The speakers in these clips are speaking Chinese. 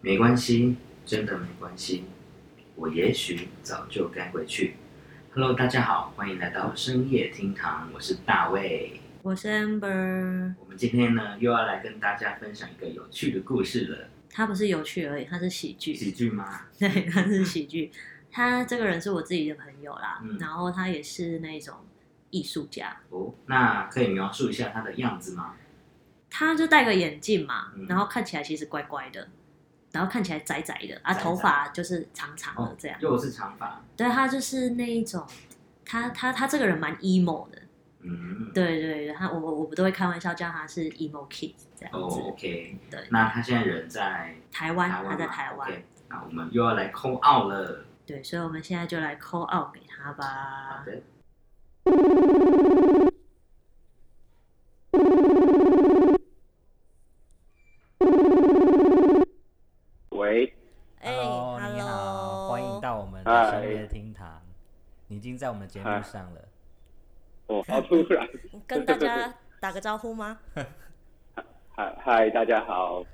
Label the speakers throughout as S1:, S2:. S1: 没关系，真的没关系，我也许早就该回去。Hello，大家好，欢迎来到深夜厅堂，我是大卫。
S2: 我是 Amber，
S1: 我们今天呢又要来跟大家分享一个有趣的故事了，
S2: 他不是有趣而已，他是喜剧，
S1: 喜剧吗？
S2: 对，他是喜剧。他这个人是我自己的朋友啦，
S1: 嗯
S2: 然后他也是那种艺术家，
S1: 哦，那可以描述一下它的样子吗？
S2: 他就戴个眼镜嘛，
S1: 嗯
S2: 然后看起来其实怪怪的，然后看起来窄窄的啊，
S1: 窄窄
S2: 头发就是长长
S1: 哦
S2: 的这样。
S1: 又是长发，
S2: 对他就是那一种，他他他这个人蛮 emo 的，
S1: 嗯，
S2: 对对对，他我我我不都会开玩笑叫他是 emo kid 这样
S1: 哦
S2: 子。
S1: ，OK，
S2: 对，
S1: 那他现在人在
S2: 台湾
S1: 台湾吗
S2: 他在台湾，
S1: ，OK，那我们又要来 call out 了，
S2: 对，所以我们现在就来 call out 给他吧。
S1: 好的，
S3: 喂，
S2: 哎
S4: Hello，
S2: 哈喽，
S4: 你好，欢迎到我们的
S3: 嗨
S4: 深夜厅堂。你已经在我们的节
S3: 嗨
S4: 目上了，
S3: 哦，好突然，
S2: 跟大家打个招呼吗？
S3: 嗨嗨，大家好，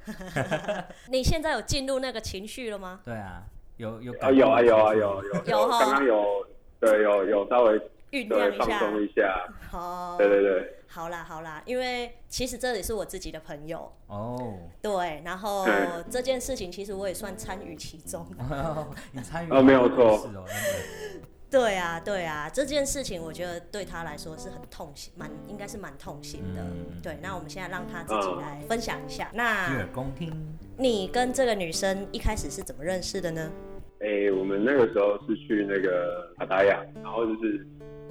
S2: 你现在有进入那个情绪了吗？
S4: 对啊，有有
S3: 啊
S4: 感
S3: 有
S4: 动
S3: 啊
S4: 的
S3: 有啊
S4: 情绪
S3: 有有
S2: 有哦
S3: 刚刚有对有有稍微
S2: 酝酿
S3: 对
S2: 一
S3: 放
S2: 下，
S3: 松一下，
S2: 好，
S3: 对对对，
S2: 好啦好啦，因为其实这也是我自己的朋友，
S3: 啊
S4: 哦，
S2: 对，然后
S3: 嗯
S2: 这件事情其实我也算参与其中。
S4: 你参与
S3: 哦没有错
S4: 是哦，真
S2: 对啊对啊，这件事情我觉得对他来说是很痛心，蛮应该是蛮痛心的。
S4: 嗯
S2: 对，那我们现在让他自
S3: 嗯
S2: 己来分享一下。
S4: 的洗
S2: 那
S4: 耳恭听。
S2: 你跟这个女生一开始是怎么认识的呢？
S3: 诶，哎我们那个时候是去那个帕达雅，然后就是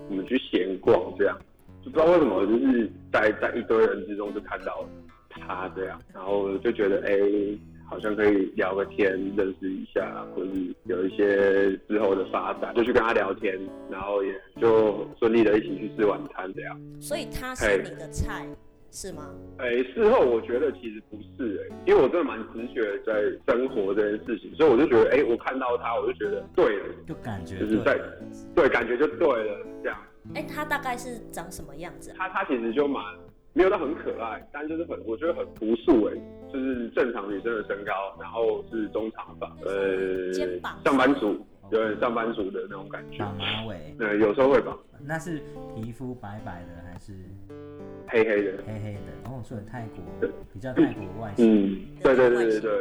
S3: 我们去闲逛这样，就不知道为什么就是在在一堆人之中就看到他这样，然后就觉得诶，好像可以聊个天，认识一下，或是有一些之后的发展，就去跟他聊天，然后也就顺利的一起去吃晚餐这样。
S2: 所以她是你的菜是吗？
S3: 哎、事后我觉得其实不是、哎，因为我真的蛮直觉在生活这件事情，所以我就觉得，哎、我看到他，我就觉得对了，
S4: 就感觉
S3: 就是
S4: 对
S3: 在
S4: 了
S3: 对，感觉就对了，这样。
S2: 哎、她大概是长什么样子啊？
S3: 他他其实就蛮没有到很可爱，但就是很我觉得很朴素，哎，就是正常女生的身高，然后是中长发，呃
S2: 肩膀，哦啊
S3: 上班族，有点上班族的那种感觉
S4: 绑。马尾，
S3: 呃，有时候会绑
S4: 那是皮肤白白的还是
S3: 黑黑的，
S4: 黑黑的？哦，所以泰国比较泰国外形，嗯
S3: 嗯，对对对对对，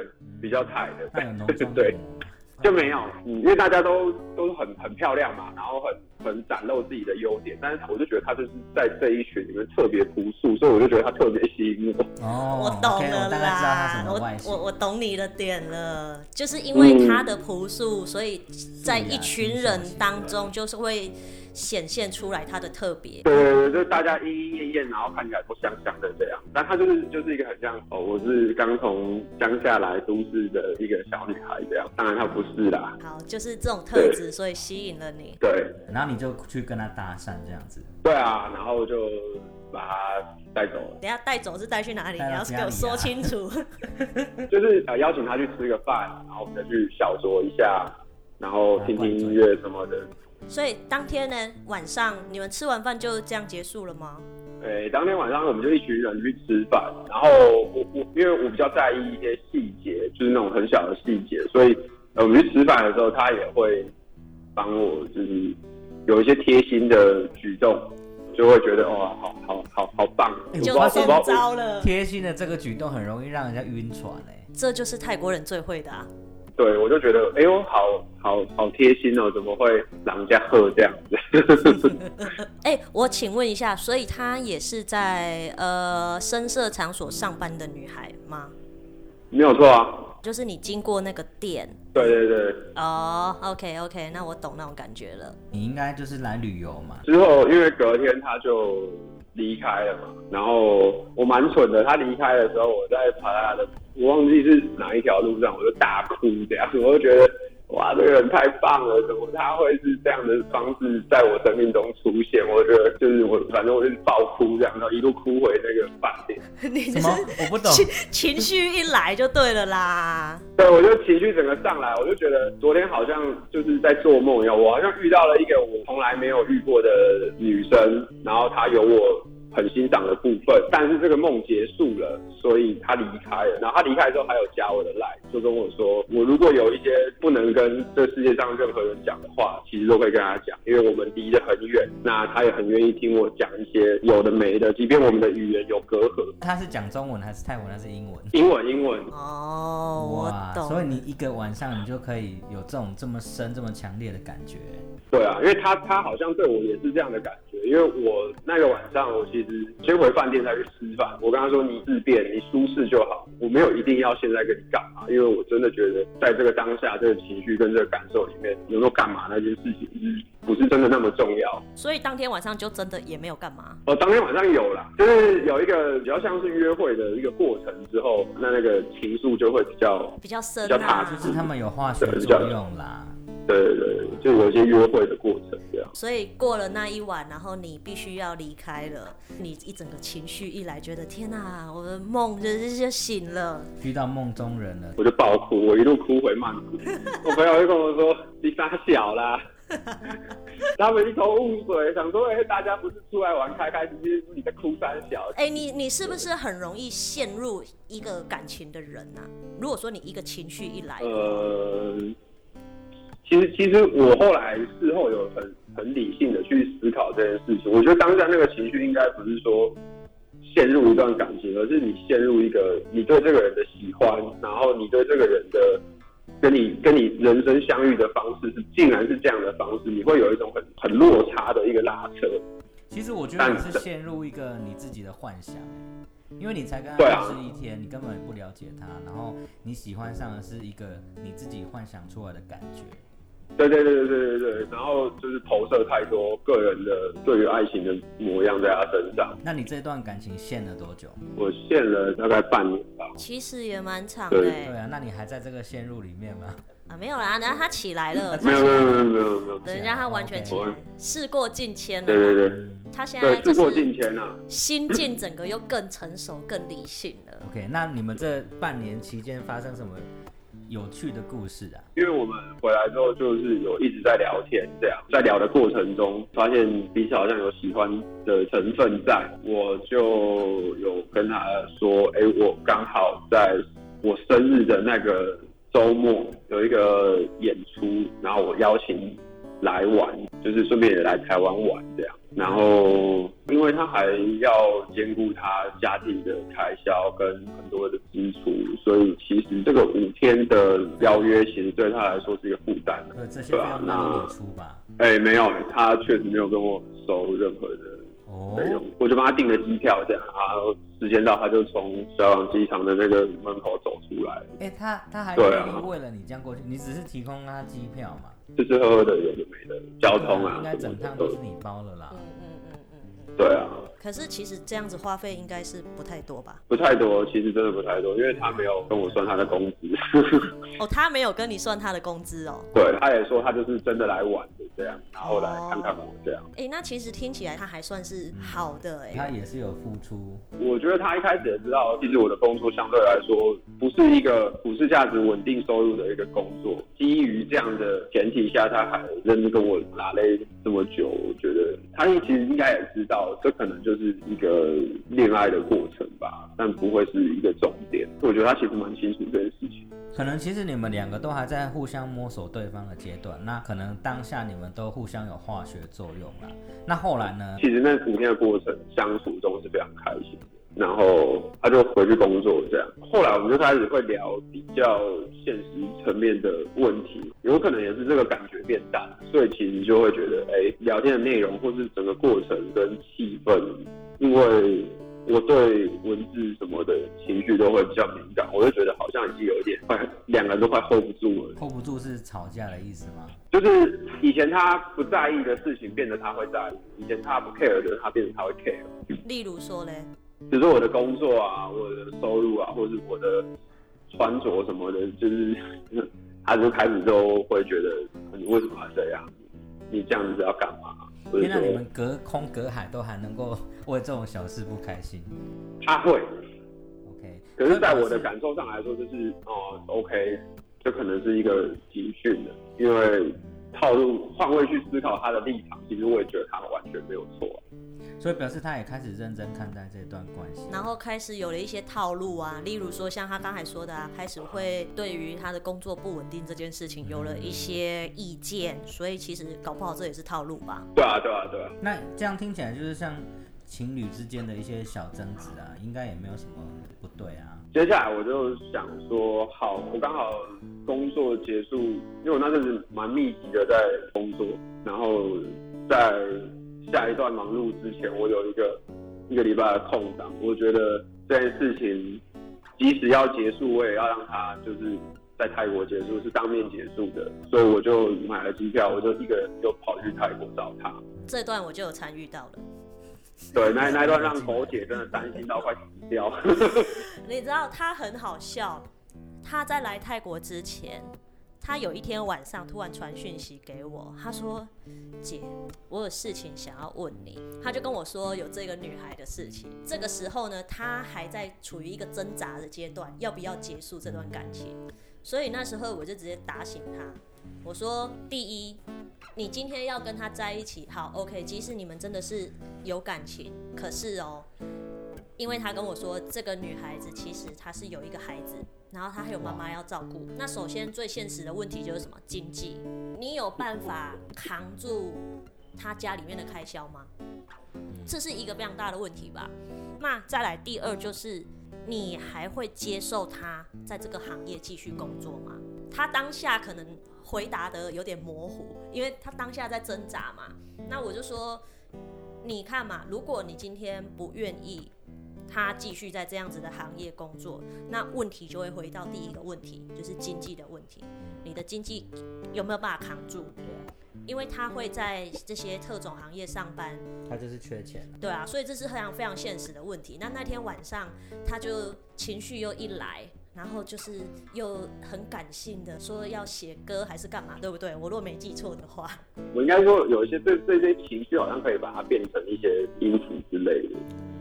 S3: 比较泰的，
S4: 那有 浓妆
S3: 对
S4: 艳抹吗，
S3: 就没有，嗯，因为大家都都很很漂亮嘛，然后很很展露自己的优点，但是我就觉得他就是在这一群里面特别朴素，所以我就觉得他特别吸引我。
S4: 哦，
S2: 我懂
S4: OK，
S2: 了
S4: 我大概知道它什
S2: 啦，
S4: 么外形
S2: 我我我懂你的点了，就是因为
S3: 嗯
S2: 她的朴素，所以在
S4: 啊
S2: 一群人当中，就是会显现出来她的特别。
S3: 对对对，就大家莺莺燕燕，然后看起来都像像的这样，但她就是就是一个很像哦，我是刚从乡下来都市的一个小女孩这样，当然她不是啦，
S2: 好，就是这种特质，所以吸引了你。
S3: 对
S4: 然后你就去跟他搭讪这样子，
S3: 对啊，然后就把她带走了。
S2: 等一下带走是带去哪里？
S4: 带
S2: 你
S4: 到啊
S2: 要给我说 清楚。
S3: 就是呃邀请他去吃个饭，然后我们再去小酌一下，然后听听音乐什么的。
S2: 所以当天呢，晚上你们吃完饭就这样结束了吗？
S3: 对，当天晚上我们就一群人去吃饭，然后我我因为我比较在意一些细节，就是那种很小的细节，所以呃我们去吃饭的时候，他也会帮我，就是有一些贴心的举动，就会觉得哇，好好好好棒，
S4: 哎
S3: 我
S2: 就
S3: 不知道我
S2: 中
S3: 不知道
S2: 招了。
S4: 贴心的这个举动很容易让人家晕船哎、
S2: 这就是泰国人最会的、啊，
S3: 对我就觉得哎呦，好好好贴心哦，怎么会让人家喝这样子？
S2: 哎、我请问一下，所以她也是在呃深色场所上班的女孩吗？
S3: 没有错啊，
S2: 就是你经过那个店
S3: 对对对。
S2: 哦，OK OK，那我懂那种感觉了。
S4: 你应该就是来旅游嘛，
S3: 之后因为隔天他就离开了嘛，然后我蛮蠢的，他离开的时候我在爬他的，我忘记是哪一条路上，我就大哭这样，我就觉得哇，这个人太棒了，怎么他会是这样的方式在我生命中出现？我觉得就是我，反正我就是爆哭这样，然后一路哭回那个饭店。
S2: 你
S4: 什
S2: 就
S4: 么
S2: 是？
S4: 我不懂。
S2: 情情绪一来就对了啦。
S3: 对，我就情绪整个上来，我就觉得昨天好像就是在做梦一样，我好像遇到了一个我从来没有遇过的女生，然后她有我很欣赏的部分，但是这个梦结束了，所以她离开了，然后她离开之后还有加我的赖，就跟我说，我如果有一些不能跟这世界上任何人讲的话，其实都会跟他讲，因为我们离得很远，那他也很愿意听我讲一些有的没的，即便我们的语言有隔阂。
S4: 他是讲中文还是泰文还是英文？
S3: 英文，英文，
S2: 哦，我懂。
S4: 所以你一个晚上你就可以有这种这么深、这么强烈的感觉。
S3: 对啊，因为他他好像对我也是这样的感觉，因为我那个晚上我其实先回饭店再去吃饭，我跟他说你自便，你舒适就好，我没有一定要现在跟你干嘛，因为我真的觉得在这个当下这个情绪跟这个感受里面，能够干嘛那件事情嗯不是真的那么重要。
S2: 所以当天晚上就真的也没有干嘛。
S3: 我当天晚上有啦，就是有一个比较像是约会的一个过程之后，那那个情愫就会比较，
S2: 比较深
S3: 比较
S2: 啊
S3: 踏，
S4: 就是他们有化学
S3: 对比较
S4: 作用啦。
S3: 对对对，呃就有一些约会的过程这样。
S2: 所以过了那一晚，然后你必须要离开了，你一整个情绪一来，觉得天哪、我的梦就是就醒了，
S4: 遇到梦中人了，
S3: 我就爆哭，我一路哭回曼谷。我朋友就跟我说：“你傻小啦。”他们一头雾水，想说：“哎、大家不是出来玩开开心心，你在哭三小
S2: 哎、你你是不是很容易陷入一个感情的人呐、如果说你一个情绪一？”来，
S3: 呃，其实其实我后来事后有很很理性的去思考这件事情，我觉得当下那个情绪应该不是说陷入一段感情，而是你陷入一个你对这个人的喜欢，然后你对这个人的跟你跟你人生相遇的方式是竟然是这样的方式，你会有一种很很落差的一个拉扯。
S4: 其实我觉得你是陷入一个你自己的幻想、欸因为你才跟他
S3: 对啊
S4: 认识一天，你根本不了解他，然后你喜欢上的是一个你自己幻想出来的感觉。
S3: 对对对对对对对，然后就是投射太多个人的对于爱情的模样在他身上。
S4: 那你这段感情陷了多久？
S2: 嗯
S3: 我陷了大概半年吧，
S2: 其实也蛮长的、欸
S3: 对
S4: 对啊，那你还在这个陷入里面吗？
S2: 啊，没有啦，然后他起哦来了，
S3: 没有没有没有没有没有，
S2: 人家他完全起来，事过境迁
S3: 对对
S2: 了，
S3: 对
S2: 他现在
S3: 对，
S2: 就
S3: 事过
S2: 是
S3: 境迁啊。
S2: 心境整个又更成熟、更理性了。
S4: OK，那你们这半年期间发生什么有趣的故事啊？
S3: 因为我们回来之后就是有一直在聊天，这样在聊的过程中，发现彼此好像有喜欢的成分在，我就有跟他说，哎、我刚好在我生日的那个周末有一个演出，然后我邀请你来玩，就是顺便也来台湾玩这样。然后，因为他还要兼顾他家庭的开销跟很多的支出，所以其实这个五天的邀约其实对他来说是一个负担。
S4: 呃，这些费
S3: 啊
S4: 用让你出吧？
S3: 哎，没有，他确实没有跟我收任何的
S4: 哦，
S3: 费用，我就帮他订了机票这样，然后时间到他就从小港机场的那个门口走出来，
S4: 哎、他他还
S3: 对
S4: 愿
S3: 啊
S4: 意为了你这样过去，你只是提供他机票嘛？
S3: 吃吃喝喝的有的没的，交通啊
S4: 嗯应该
S3: 什
S4: 整
S3: 么的
S4: 趟
S3: 都
S4: 都是你包了啦
S2: 嗯。嗯嗯嗯嗯。
S3: 对啊，
S2: 可是其实这样子花费应该是不太多吧？
S3: 不太多，其实真的不太多，因为他没有跟我算他的工资。
S2: 哦，他没有跟你算他的工资哦。
S3: 对，他也说他就是真的来玩的这样，然后来看看我这样。
S2: 哎、那其实听起来他还算是好的哎、
S4: 他也是有付出，
S3: 我觉得他一开始也知道，其实我的工作相对来说不是一个股市价值稳定收入的一个工作。基于这样的前提下，他还认真跟我拉累这么久，我觉得他其实应该也知道，这可能就是一个恋爱的过程吧，但不会是一个重点。我觉得他其实蛮清楚这件事情。
S4: 可能其实你们两个都还在互相摸索对方的阶段，那可能当下你们都互相有化学作用啦。那后来呢？
S3: 其实那五天的过程相处中是非常开心的。然后他就回去工作，这样。后来我们就开始会聊比较现实层面的问题，有可能也是这个感觉变淡，所以其实就会觉得，哎，聊天的内容或是整个过程跟气氛，因为我对文字什么的情绪都会比较敏感，我就觉得好像已经有一点快，两个人都快 hold 不住了。
S4: hold 不住是吵架的意思吗？
S3: 就是以前他不在意的事情，变得他会在意；以前他不 care 的，他变得他会 care。
S2: 例如说嘞，
S3: 比如说我的工作啊，我的收入啊，或者是我的穿着什么的，就是 他就开始都会觉得你为什么要这样？你这样子要干嘛？或者
S4: 天哪，你
S3: 说
S4: 们隔空隔海都还能够 为这种小事不开心。
S3: 他会，
S4: OK，
S3: 可是在我的感受上来说，就是哦、o k 这可能是一个集训的，因为套路换位去思考他的立场，其实我也觉得他完全没有错啊、
S4: 所以所以表示他也开始认真看待这段关系。
S2: 然后开始有了一些套路啊，例如说像他刚才说的啊，开始会对于他的工作不稳定这件事情有了一些意见，所以其实搞不好这也是套路吧。
S3: 对啊，对啊，对啊，
S4: 那这样听起来就是像情侣之间的一些小争执啊，应该也没有什么不对啊。
S3: 接下来我就想说，好，我刚好工作结束，因为我那阵子蛮密集的在工作，然后在下一段忙碌之前，我有一个一个礼拜的空档，我觉得这件事情即使要结束，我也要让它就是在泰国结束，是当面结束的，所以我就买了机票，我就一个人就跑去泰国找他。
S2: 这段我就有参与到了。
S3: 对，那那一段让狗姐真的担心到快死掉。
S2: 你知道他很好笑，他在来泰国之前，他有一天晚上突然传讯息给我，他说：“姐，我有事情想要问你。”他就跟我说有这个女孩的事情。这个时候呢，他还在处于一个挣扎的阶段，要不要结束这段感情？所以那时候我就直接打醒他，我说：“第一，你今天要跟他在一起，好，OK，即使你们真的是有感情，可是哦，因为他跟我说，这个女孩子其实她是有一个孩子，然后她还有妈妈要照顾。那首先最现实的问题就是什么经济？你有办法扛住她家里面的开销吗？这是一个非常大的问题吧。那再来第二就是，你还会接受她在这个行业继续工作吗？他当下可能回答的有点模糊，因为他当下在挣扎嘛。那我就说，你看嘛，如果你今天不愿意他继续在这样子的行业工作，那问题就会回到第一个问题，就是经济的问题。你的经济有没有办法扛住？因为他会在这些特种行业上班，
S4: 他就是缺钱啊。
S2: 对啊，所以这是非常非常现实的问题。那那天晚上，他就情绪又一来，然后就是又很感性的说要写歌还是干嘛，对不对？我若没记错的话，
S3: 我应该说有一些对对这些情绪，好像可以把它变成一些音符之类的。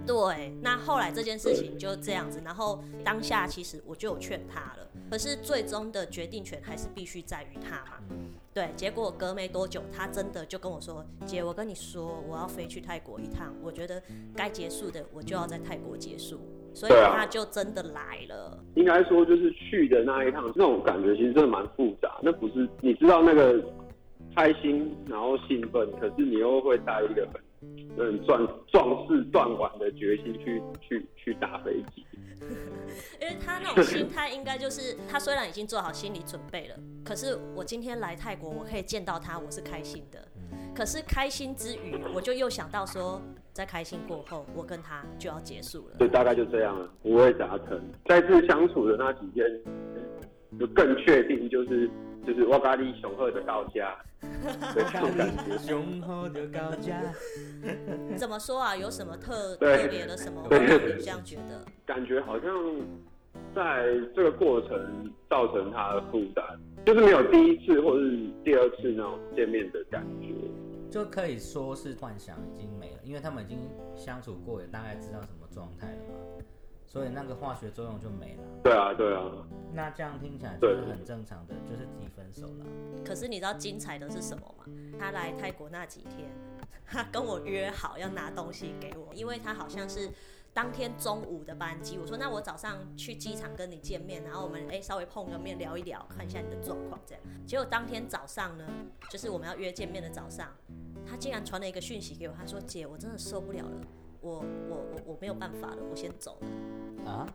S2: 对。那后来这件事情就这样子，然后当下其实我就有劝他了，可是最终的决定权还是必须在于他嘛。对，结果隔没多久，他真的就跟我说：“姐，我跟你说，我要飞去泰国一趟，我觉得该结束的我就要在泰国结束。”所以
S3: 对啊
S2: 他就真的来了。
S3: 应该说就是去的那一趟，那种感觉其实真的蛮复杂。那不是你知道那个开心，然后兴奋，可是你又会带一个很有点壮壮士断腕的决心去去去打飞机。
S2: 因为他那种 心态应该就是，他虽然已经做好心理准备了，可是我今天来泰国，我可以见到他，我是开心的。
S3: 嗯
S2: 可是开心之余，我就又想到说，在开心过后，我跟他就要结束了。
S3: 所以大概就这样了，不会达成。再次相处的那几天，就更确定就是就是哇咖喱雄鹤的高家的这种感觉。
S4: 雄厚的高价，
S2: 怎么说啊？有什么特
S3: 对
S2: 特别的什么？
S3: 对
S2: 你这样觉得？
S3: 感觉好像在这个过程造成他的负担，就是没有第一次或是第二次那种见面的感觉。
S4: 就可以说是幻想已经没了，因为他们已经相处过，也大概知道什么状态了嘛，所以那个化学作用就没了。
S3: 对啊，对啊，
S4: 那这样听起来就是很正常的，就是提分手了。
S2: 可是你知道精彩的是什么吗？他来泰国那几天， 他跟我约好要拿东西给我，因为他好像是当天中午的班机。我说那我早上去机场跟你见面，然后我们诶稍微碰个面聊一聊，看一下你的状况这样。结果当天早上呢，就是我们要约见面的早上，他竟然传了一个讯息给我，他说姐，我真的受不了了。我我我我没有办法了，我先走了。
S4: 啊？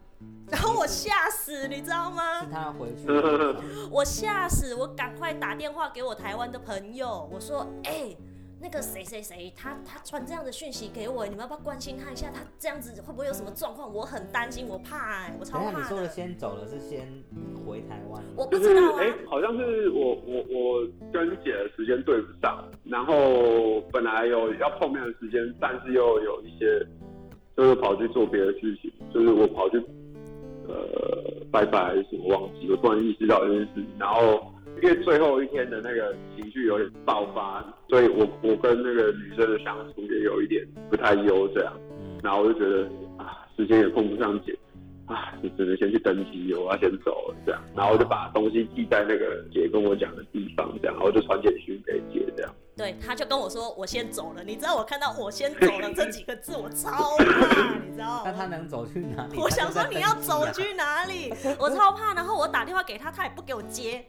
S2: 然后我吓死，你知道吗？
S4: 是他回去
S2: 我吓死，我赶快打电话给我台湾的朋友，我说：“哎、那个谁谁谁，他他传这样的讯息给我，你们要不要关心他一下？他这样子会不会有什么状况？我很担心，我怕、哎，我超
S4: 等一下你
S2: 怕
S4: 说的
S2: 的。
S4: 先走了是先回台湾吗？
S2: 我不
S3: 就是
S2: 知道啊
S3: 哎、，好像是我我我跟姐的时间对不上，然后本来有要碰面的时间，但是又有一些就是跑去做别的事情，就是我跑去呃拜拜还是什么忘记，我突然意识到这件事，然后因为最后一天的那个情绪有点爆发，所以我我跟那个女生的相处也有一点不太优这样，
S4: 嗯，
S3: 然后我就觉得啊时间也碰不上姐。啊，就只能先去登机，我要先走了这样，然后我就把东西寄在那个姐跟我讲的地方，这样，然后就传简讯给姐这样。
S2: 对，他就跟我说我先走了。你知道我看到我先走了这几个字，我超怕，你知 道
S4: 那他
S2: 吗？
S4: 能走去哪里？
S2: 我想说
S4: 他就
S2: 你
S4: 在
S2: 要
S4: 登记
S2: 走
S4: 啊
S2: 去哪里？我超怕。然后我打电话给他，他也不给我接，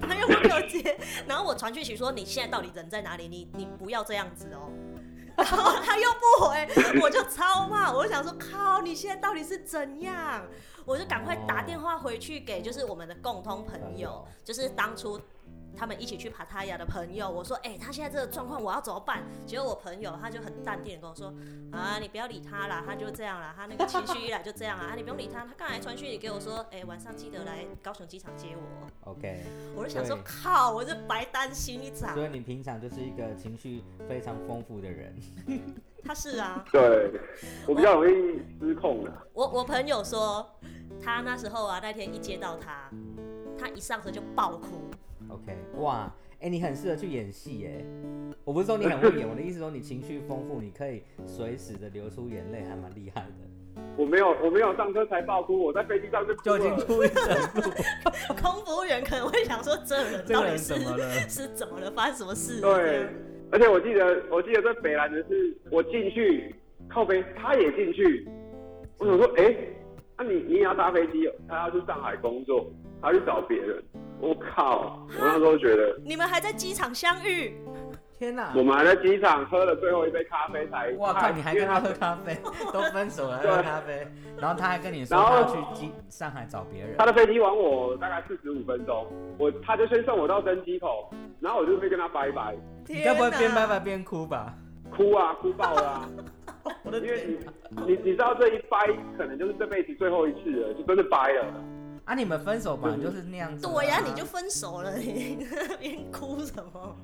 S2: 他又不给我接。然后我传讯息说你现在到底人在哪里？你你不要这样子哦。然后他又不回，我就超怕。我就想说靠，你现在到底是怎样？我就赶快打电话回去给就是我们的共同朋友，就是当初他们一起去帕塔亚的朋友，我说，哎、他现在这个状况，我要怎么办？结果我朋友他就很淡定的跟我说，啊，你不要理他啦，他就这样啦，他那个情绪一来就这样啊，啊， 你不用理他。他刚才传讯息给我说，哎、晚上记得来高雄机场接我。
S4: OK，
S2: 我就想说
S4: 对，
S2: 靠，我这白担心一场
S4: 所。以你平常就是一个情绪非常丰富的人。
S2: 他是啊，
S3: 对，我比较容易失控啊的、
S2: 我我朋友说，他那时候啊，那天一接到他，他一上车就爆哭。
S4: OK，哇，哎、你很适合去演戏耶。我不是说你很 会演，我的意思说你情绪丰富，你可以随时的流出眼泪，还蛮厉害的。
S3: 我没有，我没有上车才爆哭，我在飞机上就哭
S4: 就已经
S3: 了。
S4: 哭一整路，
S2: 空服务员可能会想说，这人
S4: 这
S2: 到
S4: 个人
S2: 底是
S4: 怎么了？
S2: 是怎么了？发生什么事？这
S3: 对
S2: 样，
S3: 而且我记得，我记得在北兰的是，我进去靠飞，他也进去。我想说，哎、那、你你也要搭飞机哦？他要去上海工作，他去找别人。我靠！我那时候觉得，
S2: 你们还在机场相遇，
S4: 天哪、
S3: 我们还在机场喝了最后一杯咖啡才。
S4: 啊嗯哇靠！你还跟他
S3: 因
S4: 喝
S3: 为
S4: 咖 啡，都分手了还
S3: 对
S4: 喝咖啡，然后他还跟你说
S3: 然后
S4: 他要去机上海找别人
S3: 他。的飞机晚我大概四十五分钟，我他就先送我到登机口，然后我就去跟他拜拜，
S4: 你
S2: 天
S4: 该不会
S2: 哪
S4: 边拜拜边哭吧？
S3: 哭啊哭爆 了、啊。
S4: 我的
S3: 因为
S4: 天
S3: 你
S4: 哪！
S3: 你你知道这一掰可能就是这辈子最后一次了，就真的掰了。
S4: 啊，你们分手本来就是那样子、
S2: 对呀、你就分手了，你 边哭什么？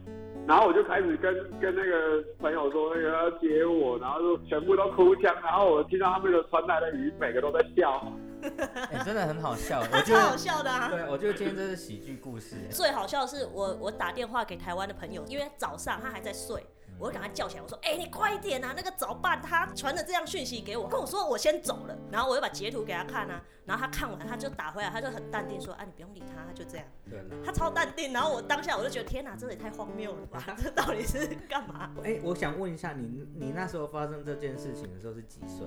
S3: 然后我就开始跟跟那个朋友说那个要接我，然后就全部都哭腔，然后我听到他们的传来的语，每个都在笑。
S4: 哎、真的很好笑。我觉
S2: 超好
S4: 得，
S2: 笑的啊！
S4: 对，我觉得今天这是喜剧故事。
S2: 最好笑的是我，我打电话给台湾的朋友，因为早上他还在睡，
S4: 嗯
S2: 我就赶快叫起来，我说：“哎、你快一点啊！那个早办他传了这样讯息给我，跟我说我先走了。”然后我又把截图给他看啊，然后他看完他就打回来，他就很淡定说：“啊，你不用理他，他就这样。”
S4: 对啦。
S2: 他超淡定，然后我当下我就觉得天哪，这也太荒谬了吧！ 这到底是干嘛？
S4: 哎、我想问一下你，你那时候发生这件事情的时候是几岁？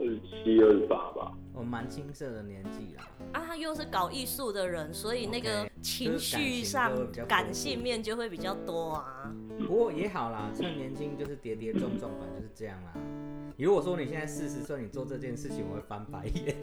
S3: 二十七、二十八吧，
S4: 我蛮青涩的年纪啦。
S2: 啊，他又是搞艺术的人，所以那个
S4: OK，
S2: 情绪
S4: 就是感情就
S2: 上
S4: 会比较丰富
S2: 感性面就会比较多啊。
S4: 不过也好啦，趁年轻就是跌跌撞撞，反正就是这样啦。如果说你现在四十岁，你做这件事情，我会翻白眼。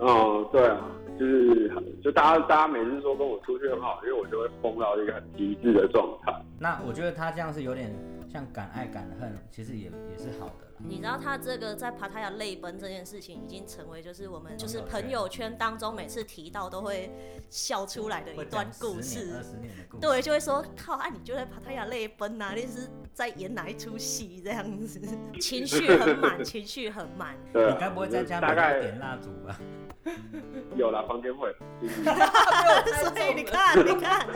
S3: 哦，对啊，就是就大家大家每次说跟我出去很好，因为我就会疯到一个很极致的状态。
S4: 那我觉得他这样是有点像敢爱敢恨，其实也也是好的啦。
S2: 你知道他这个在帕塔亚泪奔这件事情，已经成为就是我们就是
S4: 朋友圈
S2: 朋友圈当中每次提到都会笑出来的一
S4: 会
S2: 段
S4: 讲
S2: 故
S4: 十年、二
S2: 事。
S4: 十年的故事。
S2: 对，就会说靠，啊，你就在帕塔亚泪奔呐、啊，那是在演哪一出戏这样 子？情绪很满，情绪很 满。
S3: 对啊、
S4: 你该不会在家
S3: 大
S4: 门口
S3: 概
S4: 点蜡烛吧？
S3: 有啦，房间 会。嗯就是
S2: 所以你看，你看，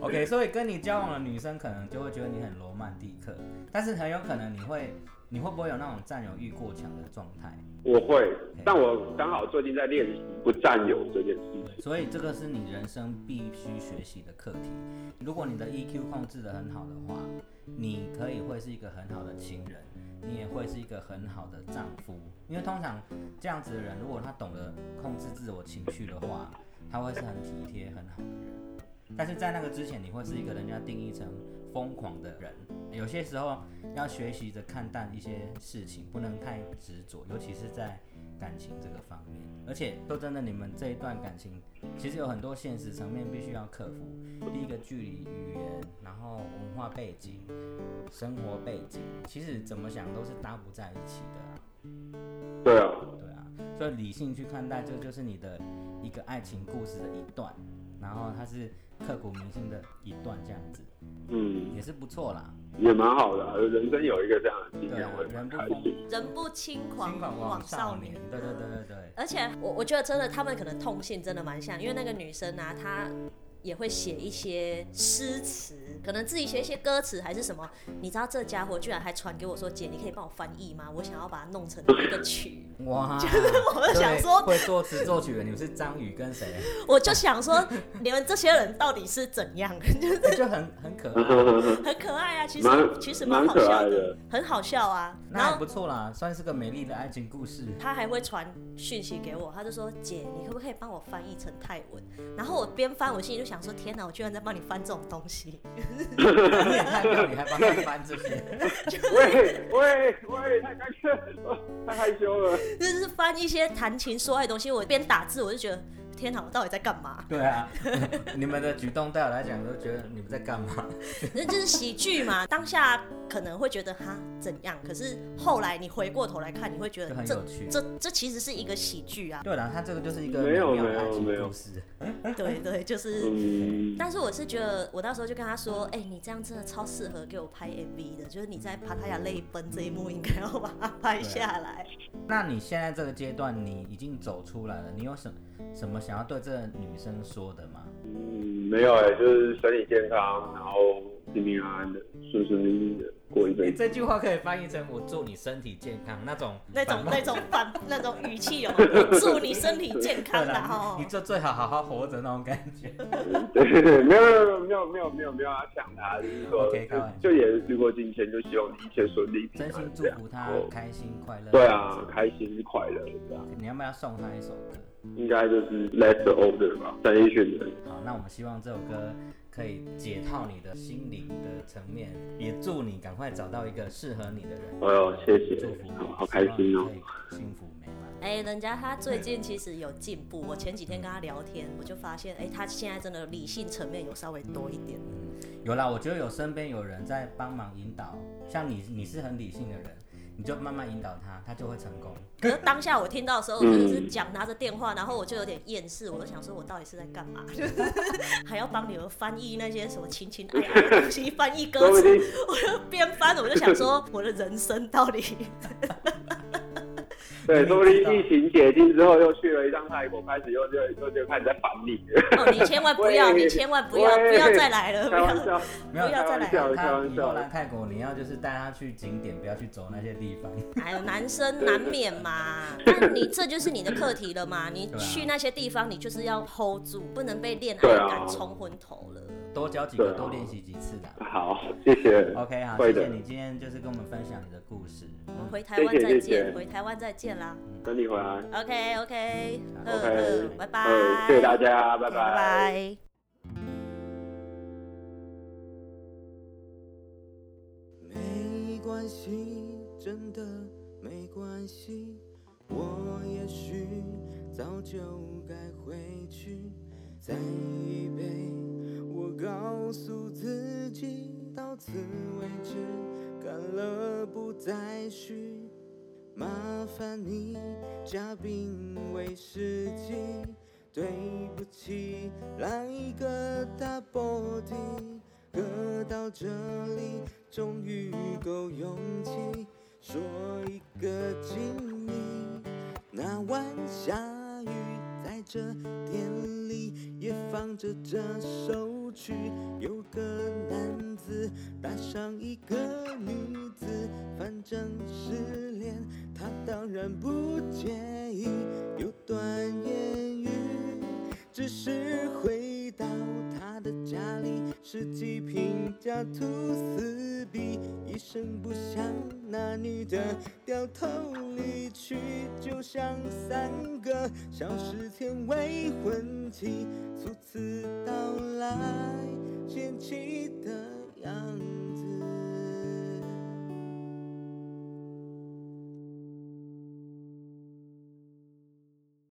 S4: OK，所以跟你交往的女生可能就会觉得你很罗曼蒂克，但是很有可能你会，你会不会有那种占有欲过强的状态？
S3: 我会，但我刚好最近在练习不占有这件事情。
S4: 所以这个是你人生必须学习的课题。如果你的 EQ 控制的很好的话，你可以会是一个很好的情人，你也会是一个很好的丈夫。因为通常这样子的人，如果他懂得控制自我情绪的话，他会是很体贴、很好的人。但是在那个之前，你会是一个人家定义成疯狂的人。有些时候要学习着看淡一些事情，不能太执着，尤其是在感情这个方面。而且说真的，你们这一段感情其实有很多现实层面必须要克服。第一个距离、语言，然后文化背景、生活背景，其实怎么想都是搭不在一起的啊、
S3: 对啊，
S4: 对啊，所以理性去看待，这就是你的一个爱情故事的一段，然后它是刻骨铭心的一段，这样子
S3: 嗯，
S4: 也是不错啦。
S3: 也蛮好的啊、人生有一个这样的经
S4: 对
S3: 验
S4: 啊，
S3: 我，也蛮
S4: 人不
S3: 开
S4: 疯，
S3: 心。
S2: 人不轻狂
S4: 心狂枉
S2: 少
S4: 少
S2: 年
S4: 年。。对对对对对。
S2: 而且我我觉得真的，他们可能痛性真的蛮像，因为那个女生啊，她也会写一些诗词，可能自己写一些歌词还是什么。你知道这家伙居然还传给我说：“姐，你可以帮我翻译吗？我想要把它弄成一个曲。”
S4: 哇！
S2: 就是我就想说
S4: 对会作词作曲的，你们是张宇跟 谁？
S2: 我就想说，你们这些人到底是怎样？ 就是
S4: 欸就很很可
S3: 嗯
S4: 爱，
S2: 很可爱啊，其实
S3: 蛮
S2: 其实蛮好
S3: 蛮可
S2: 笑
S3: 爱
S2: 的
S3: 的，
S2: 很好笑啊。然
S4: 那
S2: 后
S4: 也不错啦，算是个美丽的爱情故事。
S2: 他还会传讯息给我，他就说：“姐，你可不可以帮我翻译成泰文？”然后我边翻，我心里就想说：“天哪，我居然在帮你翻这种东西！
S4: 你也太妙，你还帮他翻这 些，
S3: 喂喂喂，太开心了，太害羞了。
S2: 就是翻一些谈情说爱的东西。”我边打字，我就觉得：“天哪，我到底在干嘛
S4: 对啊，你们的举动对我来讲都觉得你们在干嘛？？”
S2: 那就是喜剧嘛，当下可能会觉得哈怎样，可是后来你回过头来看，你会觉
S4: 就
S2: 得
S4: 很
S2: 这
S4: 有趣。
S2: 这这其实是一个喜剧 啊。
S4: 对啦，他这个就是一个
S3: 没有
S4: 美妙
S3: 没
S4: 的
S3: 有
S4: 爱情
S3: 没有
S4: 故事。
S2: 对对，就是。
S3: 嗯，
S2: 但是我是觉得，我那时候就跟他说：“
S4: 嗯
S2: 哎、你这样真的超适合给我拍 MV 的，就是你在帕塔亚泪奔这一幕，应该要把它拍下 来。
S4: 那你现在这个阶段，你已经走出来了，你有什什么想要对这个女生说的吗？
S3: 嗯，没有哎、就是身体健康，然后平平安安的，顺顺利利的过一辈
S4: 你
S3: 子。
S4: 这句话可以翻译成“我祝你身体健康”那种
S2: 那种
S4: 反
S2: 那
S4: 问
S2: 种 反那种语气有没有？我祝你身体健康
S4: 对
S2: 啦！
S4: 啦
S2: 哦
S4: 你，就最好好好活着那种感觉。
S3: 对，没有没有没有没有没有没有要抢他，就是说
S4: OK，开玩笑
S3: 就就也事过境迁，就希望你一切顺利平
S4: 真
S3: 安
S4: 心祝
S3: 这样。
S4: 福她
S3: 然后
S4: 开心快乐。
S3: 对啊，开心快乐这样，
S4: 你要不要送她一首歌？
S3: 应该就是 Let the Order 吧，陈奕迅的。
S4: 好，那我们希望这首歌可以解套你的心灵的层面，也祝你赶快找到一个适合你的人。
S3: 哎呦，谢谢
S4: 祝福，你，
S3: 好好开心哦、
S4: 希望你可以幸福美满。
S2: 哎、人家他最近其实有进步。我前几天跟他聊天，我就发现，
S4: 嗯
S2: 哎、他现在真的理性层面有稍微多一 点。
S4: 有啦，我觉得有身边有人在帮忙引导，像你，你是很理性的人，你就慢慢引导他，他就会成功。
S2: 可是当下我听到的时候，我真的是讲拿着电话，然后我就有点厌世，我就想说，我到底是在干嘛？ 就是还要帮你们翻译那些什么情情爱爱的东西，翻译歌
S3: 说不
S2: 词，
S3: 定
S2: 我就边翻我就想 说，我的人生到底……
S3: 对，说不定疫情解禁之后又去了一趟泰国，开始又就又就开始在烦你了。
S2: 哦，你千万不要，
S3: 喂
S2: 你千万不要，
S3: 喂
S2: 不要再来了，不
S3: 开玩
S2: 要。
S3: 笑，
S4: 没有
S2: 不要再来
S3: 开玩笑，开
S4: 他
S3: 玩
S4: 以后
S3: 笑。
S4: 来泰国，你要就是带他去景点，不要去走那些地方。
S2: 哎呦，男生难免嘛，但你这就是你的课题了 嘛。你
S4: 对啊
S2: 去那些地方，你就是要 hold 住，不能被恋
S3: 对
S2: 爱
S3: 啊
S2: 感冲昏头了。
S4: 多教几个，
S3: 对啊
S4: 多练习几次啦。
S3: 好，谢谢。
S4: OK，好，谢
S3: 会的
S4: 谢你今天就是跟我们分享你的故事。
S2: 我们回台湾
S3: 谢谢
S2: 再
S3: 谢谢
S2: 见，回台湾再见啦。
S3: 等你回来。
S2: OK OK，
S4: 好
S2: 呵
S3: OK，
S2: 嗯呵，拜拜，
S3: 呃，谢谢大家，
S2: 拜
S3: 拜
S2: 拜
S3: 拜。
S2: 拜。
S5: 没关系，真的没关系，我也许早就该回去。再一杯，我告诉自己，到此为止，干了不再续。麻烦你加冰威士忌，对不起，来一个大波提，喝到这里终于够勇气，说一个经历。那晚下雨，在这店里也放着这首曲，有个男子搭上一个女子，反正失恋，他当然不介意，有段言语，只是回到他的家里，是几瓶加吐司比，一声不响，那女的掉头离去，就像三个小时前未婚妻初次到来嫌弃的样子。